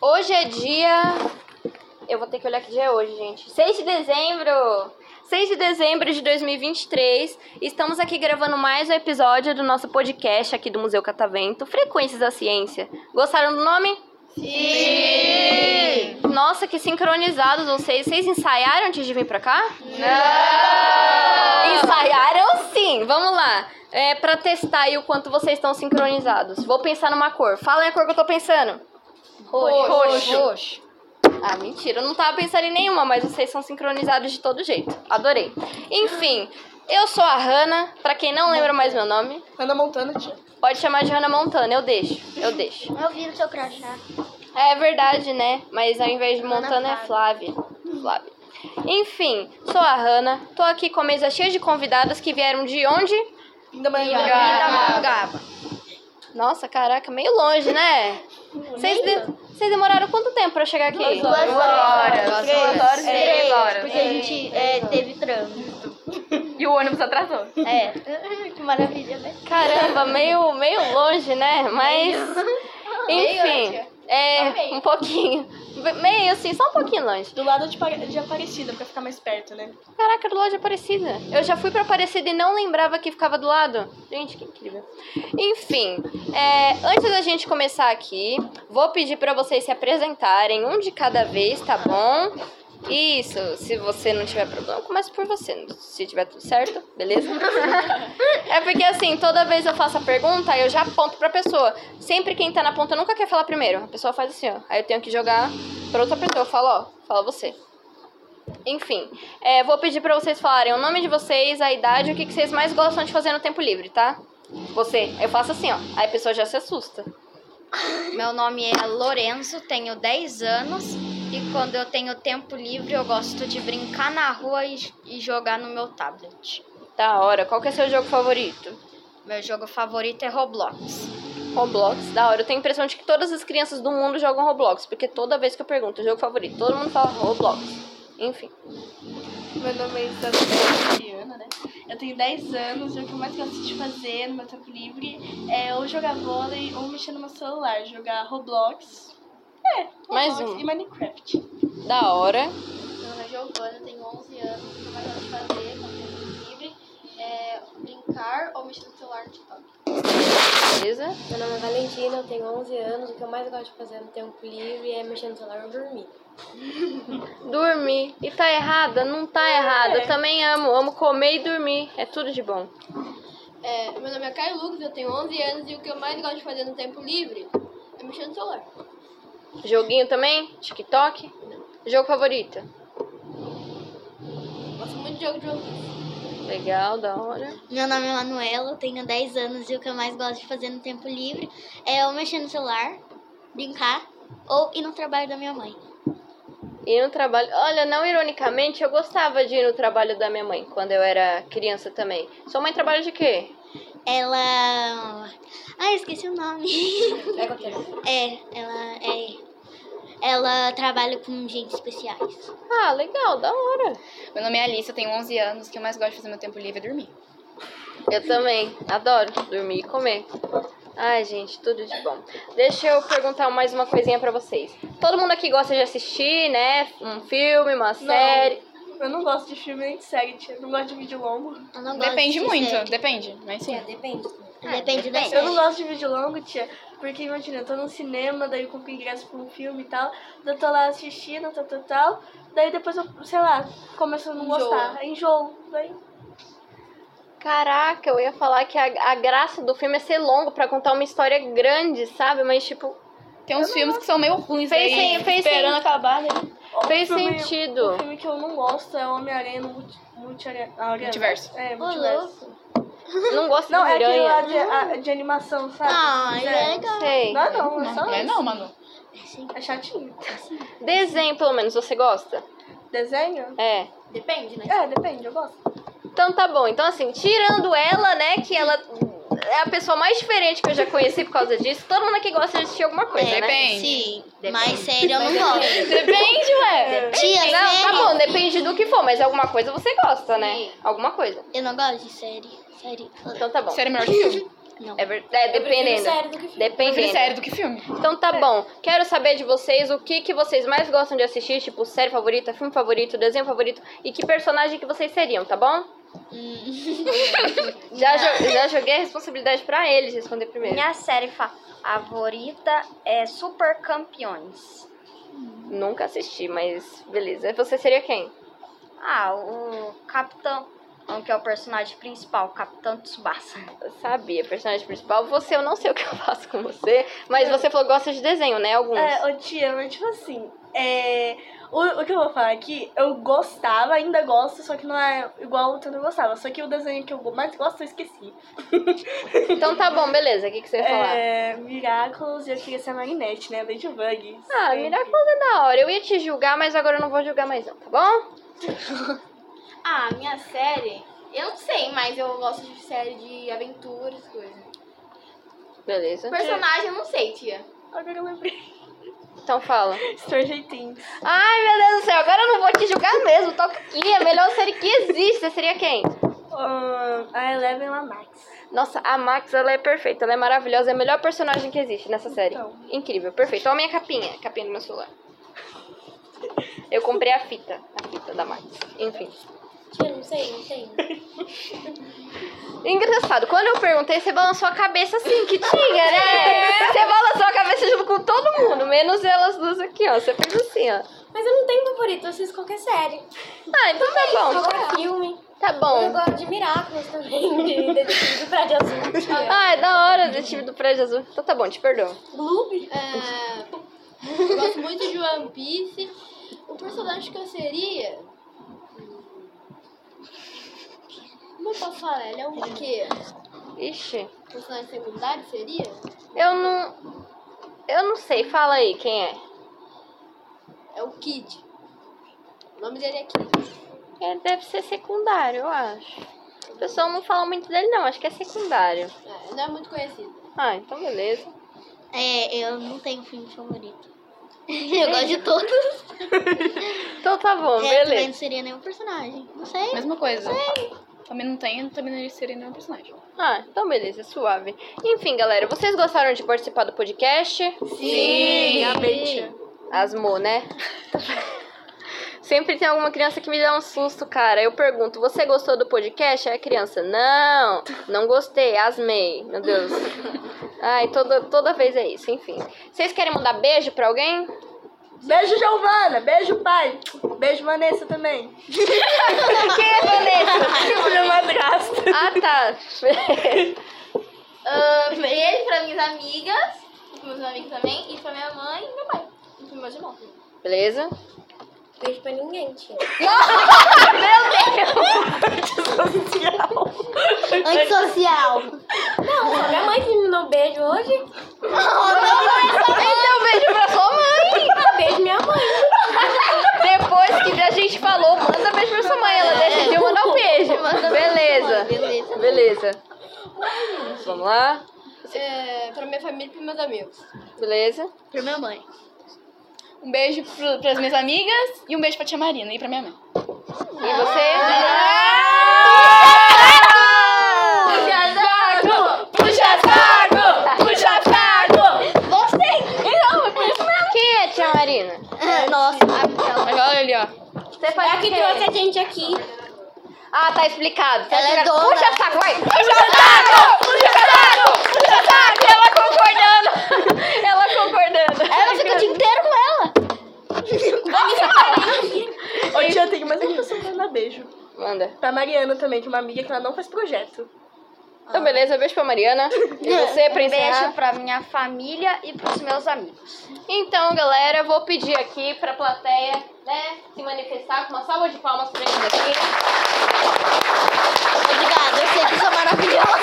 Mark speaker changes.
Speaker 1: Hoje é dia. Eu vou ter que olhar que dia é hoje, gente. 6 de dezembro! 6 de dezembro de 2023. Estamos aqui gravando mais um episódio do nosso podcast aqui do Museu Catavento, Frequências da Ciência. Gostaram do nome? Sim! Nossa, que sincronizados vocês. Vocês ensaiaram antes de vir pra cá? Não! Ensaiaram sim! Vamos lá. É pra testar aí o quanto vocês estão sincronizados. Vou pensar numa cor. Fala aí a cor que eu tô pensando. Roxo. Roxo. Ah, mentira. Eu não tava pensando em nenhuma, mas vocês são sincronizados de todo jeito. Adorei. Enfim, eu sou a Hanna. Pra quem não lembra mais meu nome,
Speaker 2: Ana Montana,
Speaker 3: tipo,
Speaker 2: tia.
Speaker 1: pode chamar de Hannah Montana. Eu deixo. Eu deixo.
Speaker 4: Eu vi no seu crachá.
Speaker 5: né?
Speaker 1: É verdade, né? Mas ao invés de
Speaker 4: Ana
Speaker 1: Montana é Flávia. Flávia. Enfim, sou a Hanna. Tô aqui com a mesa cheia de convidados que vieram de onde?
Speaker 2: Ainda mais
Speaker 1: Pindamonhangaba. Nossa, caraca, meio longe, né? Vocês de- vocês demoraram quanto tempo pra chegar aqui?
Speaker 4: Duas horas.
Speaker 2: Duas horas.
Speaker 4: Três,
Speaker 3: Três horas.
Speaker 4: Porque a gente é, teve trânsito.
Speaker 3: E o ônibus atrasou.
Speaker 4: É. que maravilha, né?
Speaker 1: Caramba, meio, meio longe, né? Mas. Enfim. É, um pouquinho. Meio assim, só um pouquinho longe.
Speaker 2: Do lado de, Pare- de Aparecida, pra ficar mais perto, né?
Speaker 1: Caraca, do lado de Aparecida. é Eu já fui pra Aparecida e não lembrava que ficava do lado. Gente, que incrível. Enfim, é, antes da gente começar aqui, vou pedir pra vocês se apresentarem, um de cada vez, tá bom? Isso, se você não tiver problema, começa por você. Se tiver tudo certo, beleza? é porque assim, toda vez eu faço a pergunta, eu já aponto pra pessoa. Sempre quem tá na ponta nunca quer falar primeiro. A pessoa faz assim, ó. Aí eu tenho que jogar pra outra pessoa. Eu falo, ó, fala você. Enfim, é, vou pedir pra vocês falarem o nome de vocês, a idade, o que, que vocês mais gostam de fazer no tempo livre, tá? Você, eu faço assim, ó. Aí a pessoa já se assusta.
Speaker 6: Meu nome é Lorenzo, tenho 10 anos e quando eu tenho tempo livre eu gosto de brincar na rua e, e jogar no meu tablet.
Speaker 1: Da hora. Qual que é seu jogo favorito?
Speaker 6: Meu jogo favorito é Roblox.
Speaker 1: Roblox, da hora. Eu tenho a impressão de que todas as crianças do mundo jogam Roblox, porque toda vez que eu pergunto o jogo favorito, todo mundo fala Roblox. Enfim.
Speaker 2: Meu nome é Isabela Ana, né? Eu tenho 10 anos e o que eu mais gosto de fazer no meu tempo livre é ou jogar vôlei ou mexer no meu celular. Jogar Roblox. É, Roblox
Speaker 1: Mais um.
Speaker 2: e Minecraft.
Speaker 1: Da hora.
Speaker 4: Meu nome é Giovana, tenho 11 anos. O que eu mais gosto de fazer quando tempo livre é brincar ou mexer no celular no TikTok.
Speaker 1: Beleza?
Speaker 7: Meu nome é Valentina, eu tenho 11 anos. O que eu mais gosto de fazer no tempo livre é mexer no celular ou dormir.
Speaker 1: Dormir. E tá errada? Não tá errada. Eu também amo. Amo comer e dormir. É tudo de bom.
Speaker 4: É, meu nome é Caio Lucas, eu tenho 11 anos e o que eu mais gosto de fazer no tempo livre é mexer no celular.
Speaker 1: Joguinho também? TikTok? Jogo favorito?
Speaker 4: Gosto muito de jogo de jogo.
Speaker 1: Legal, da hora.
Speaker 5: Meu nome é Manuela, eu tenho 10 anos e o que eu mais gosto de fazer no tempo livre é eu mexer no celular, brincar ou ir no trabalho da minha mãe.
Speaker 1: E no trabalho. Olha, não ironicamente, eu gostava de ir no trabalho da minha mãe quando eu era criança também. Sua mãe trabalha de quê?
Speaker 5: Ela. Ah, eu esqueci o nome. É, ela é. Ela trabalha com gente especiais.
Speaker 1: Ah, legal, da hora.
Speaker 3: Meu nome é Alice, eu tenho 11 anos. O que eu mais gosto de fazer no meu tempo livre é dormir.
Speaker 1: Eu também. Adoro dormir e comer. Ai, gente, tudo de bom. Deixa eu perguntar mais uma coisinha pra vocês. Todo mundo aqui gosta de assistir, né? Um filme, uma série.
Speaker 2: Eu não gosto de filme nem de série, tia. Eu não gosto de vídeo longo.
Speaker 5: Eu não gosto
Speaker 3: Depende
Speaker 5: de
Speaker 3: muito,
Speaker 5: série.
Speaker 3: depende. Mas sim.
Speaker 7: Depende.
Speaker 4: Ah,
Speaker 5: Depende da
Speaker 2: Eu não
Speaker 5: série.
Speaker 2: gosto de vídeo longo, tia, porque imagina, eu tô no cinema, daí eu compro ingresso pra um filme e tal, daí eu tô lá assistindo, tal, tal, tal, daí depois eu, sei lá, começo a não gostar. Aí enjoo. Daí...
Speaker 1: Caraca, eu ia falar que a, a graça do filme é ser longo pra contar uma história grande, sabe? Mas, tipo,
Speaker 3: Tem uns filmes que são meio ruins
Speaker 1: fez,
Speaker 3: aí.
Speaker 1: sen- fez, sen-
Speaker 3: esperando acabar, né?
Speaker 1: fez
Speaker 2: filme-
Speaker 1: sentido.
Speaker 2: O filme que eu não gosto é Homem-Aranha no multi, multi-aranha- aranha.
Speaker 3: Multiverso.
Speaker 2: É, multiverso.
Speaker 1: Não gosto
Speaker 2: Não,
Speaker 1: de
Speaker 2: é aquele lá
Speaker 1: piranha.
Speaker 2: de, a- de animação, sabe?
Speaker 5: Ah,
Speaker 2: Zé.
Speaker 5: é legal.
Speaker 1: Sei.
Speaker 2: Não é não, é só
Speaker 3: Não, é
Speaker 2: isso.
Speaker 3: não, mano.
Speaker 2: É chatinho.
Speaker 1: Desenho, pelo menos, você gosta?
Speaker 2: Desenho?
Speaker 1: É.
Speaker 4: Depende, né?
Speaker 2: É, depende, eu gosto.
Speaker 1: Então tá bom. Então, assim, tirando ela, né, que ela é a pessoa mais diferente que eu já conheci por causa disso, todo mundo aqui gosta de assistir alguma
Speaker 3: É,
Speaker 1: coisa, né?
Speaker 3: Depende.
Speaker 5: Sim, mas série eu não gosto.
Speaker 1: Depende, ué.
Speaker 5: Tia,
Speaker 1: Não, tá
Speaker 5: série.
Speaker 1: bom, do que for, mas alguma coisa você gosta, né? Alguma coisa.
Speaker 5: Eu não gosto de série. Série.
Speaker 1: Então tá bom.
Speaker 3: Série é melhor que filme.
Speaker 5: Não.
Speaker 1: É, ver- é
Speaker 7: Prefiro
Speaker 1: dependendo.
Speaker 7: série do que filme.
Speaker 3: Prefiro
Speaker 1: Dependendo.
Speaker 3: série do que filme.
Speaker 1: Então tá bom. Quero saber de vocês o que, que vocês mais gostam de assistir, tipo série favorita, filme favorito, desenho favorito e que personagem que vocês seriam, tá bom? já, jo- já joguei a responsabilidade pra eles responder primeiro.
Speaker 6: Minha série fa- favorita é Super Campeões.
Speaker 1: Nunca assisti, mas beleza. Você seria quem?
Speaker 6: Ah, o Capitão, que é o personagem principal, Capitão Tsubasa.
Speaker 1: Eu sabia, personagem principal. Você, eu não sei o que eu faço com você, mas você falou que gosta de desenho, né? Alguns.
Speaker 2: É, ô tia, mas tipo assim, é, o, o que eu vou falar aqui, eu gostava, ainda gosto, só que não é igual o tanto eu gostava. Só que o desenho que eu go- mais gosto eu esqueci.
Speaker 1: Então tá bom, beleza. O que, que você ia falar?
Speaker 2: É, Miraculous, eu queria ser a Marinette, né? Ladybug.
Speaker 1: Ah,
Speaker 2: sempre.
Speaker 1: Miraculous é da hora. Eu ia te julgar, mas agora eu não vou julgar mais não, tá bom?
Speaker 4: Ah, minha série? Eu não sei, mas eu gosto de série de aventuras, coisas.
Speaker 1: Beleza.
Speaker 4: Personagem, eu não sei, tia.
Speaker 2: Agora eu lembrei.
Speaker 1: Então fala.
Speaker 2: Stranger Things.
Speaker 1: Ai, meu Deus do céu, agora eu não vou te julgar mesmo. Toca aqui, é a melhor série que existe. Você seria quem?
Speaker 2: Ahn, a Eleven e a Max.
Speaker 1: Nossa, a Max, ela é perfeita, ela é maravilhosa, é a melhor personagem que existe nessa série.
Speaker 2: Então.
Speaker 1: Incrível, perfeito. Olha a minha capinha, a capinha do meu celular. Eu comprei a fita, a fita da Max. Enfim.
Speaker 7: Tia, não sei, não sei.
Speaker 1: Engraçado, quando eu perguntei, você balançou a cabeça assim, que tinha, né? Você balançou a cabeça junto com todo mundo, menos elas duas aqui, ó. Você fez assim, ó.
Speaker 7: Mas eu não tenho favorito, eu assisto qualquer série.
Speaker 1: Ah, então tá
Speaker 7: Qualquer filme.
Speaker 1: bom. Tá bom.
Speaker 7: Eu gosto de Miraculous também, de Detetive do Prédio Azul.
Speaker 1: Ah, é da hora o detetive do prédio azul. Então tá bom, te perdoo.
Speaker 7: Gloob.
Speaker 4: Ah, eu gosto muito de One Piece. O personagem que eu seria. hum, Como eu posso falar? Ele é um quê?
Speaker 1: Ixi.
Speaker 4: Personagem secundário seria?
Speaker 1: Eu não. Eu não sei, fala aí quem é.
Speaker 4: É o Kid. O nome dele é Kid.
Speaker 1: Ele É, deve ser secundário, eu acho. O pessoal não fala muito dele, não, acho que é secundário.
Speaker 4: É, não é muito conhecido.
Speaker 1: Ah, então beleza.
Speaker 5: É, eu não tenho filme favorito. Eu gosto de todos.
Speaker 1: Então tá bom,
Speaker 5: É, eu também
Speaker 1: beleza.
Speaker 5: não seria nenhum personagem. Não sei.
Speaker 3: Mesma coisa. Também não tem, também não seria nenhum personagem.
Speaker 1: Ah, então beleza, suave. Enfim, galera, vocês gostaram de participar do podcast?
Speaker 2: Sim! Acabei, tia.
Speaker 1: Asmou, né? Sempre tem alguma criança que me dá um susto, cara. Eu pergunto, você gostou do podcast? Aí a criança, não, não gostei, asmei. Meu Deus. Ai, toda, toda vez é isso, enfim. Vocês querem mandar beijo pra alguém?
Speaker 2: Beijo, Giovana. Beijo, pai. Beijo, Vanessa também.
Speaker 1: Quem é Vanessa?
Speaker 2: Meu madrasto.
Speaker 1: Ah, tá.
Speaker 4: Ah, beijo para minhas amigas, para meus amigos também, e para minha mãe e meu pai. E para meus irmãos.
Speaker 1: Beleza?
Speaker 7: Beijo pra ninguém, tia.
Speaker 5: Antissocial.
Speaker 7: Não, só minha mãe que me mandou beijo hoje.
Speaker 1: Então, beijo pra sua mãe.
Speaker 7: Beijo minha mãe.
Speaker 1: Depois que a gente falou, manda beijo pra sua mãe. Ela decidiu mandar um beijo. Beleza.
Speaker 5: Beleza.
Speaker 1: Beleza. Vamos lá.
Speaker 4: É, para minha família e para meus amigos.
Speaker 1: Beleza.
Speaker 5: Pra minha mãe.
Speaker 3: Um beijo pro, pras minhas amigas e um beijo pra tia Marina e pra minha mãe. Ah!
Speaker 1: E você?
Speaker 3: Puxa
Speaker 1: Tá.
Speaker 3: saco! Puxa saco!
Speaker 1: Quem é tia Marina?
Speaker 5: É, Nossa. É
Speaker 3: Olha ali, ó.
Speaker 1: Você faz
Speaker 7: Que trouxe a gente aqui.
Speaker 1: Ah, tá explicado. Tá
Speaker 5: Ela é
Speaker 1: explicado.
Speaker 5: dona.
Speaker 1: Puxa saco, vai. Puxa saco! Puxa saco! Puxa saco! Ela concordando. Ela concordando.
Speaker 5: Ela fica o dia inteiro com ela.
Speaker 2: Ô, tia, tem mais uma pessoa pra mandar beijo.
Speaker 1: Manda.
Speaker 2: Pra Mariana também, que é uma amiga que ela não faz projeto.
Speaker 5: Ah.
Speaker 1: Então, beleza. Beijo pra Mariana. E
Speaker 5: Um
Speaker 1: você, pra encerrar?
Speaker 6: Um Beijo pra minha família e pros meus amigos.
Speaker 1: Então, galera, eu vou pedir aqui pra plateia, né, se manifestar com uma salva de palmas pra eles aqui.
Speaker 5: Obrigada, eu sei que sou maravilhosa.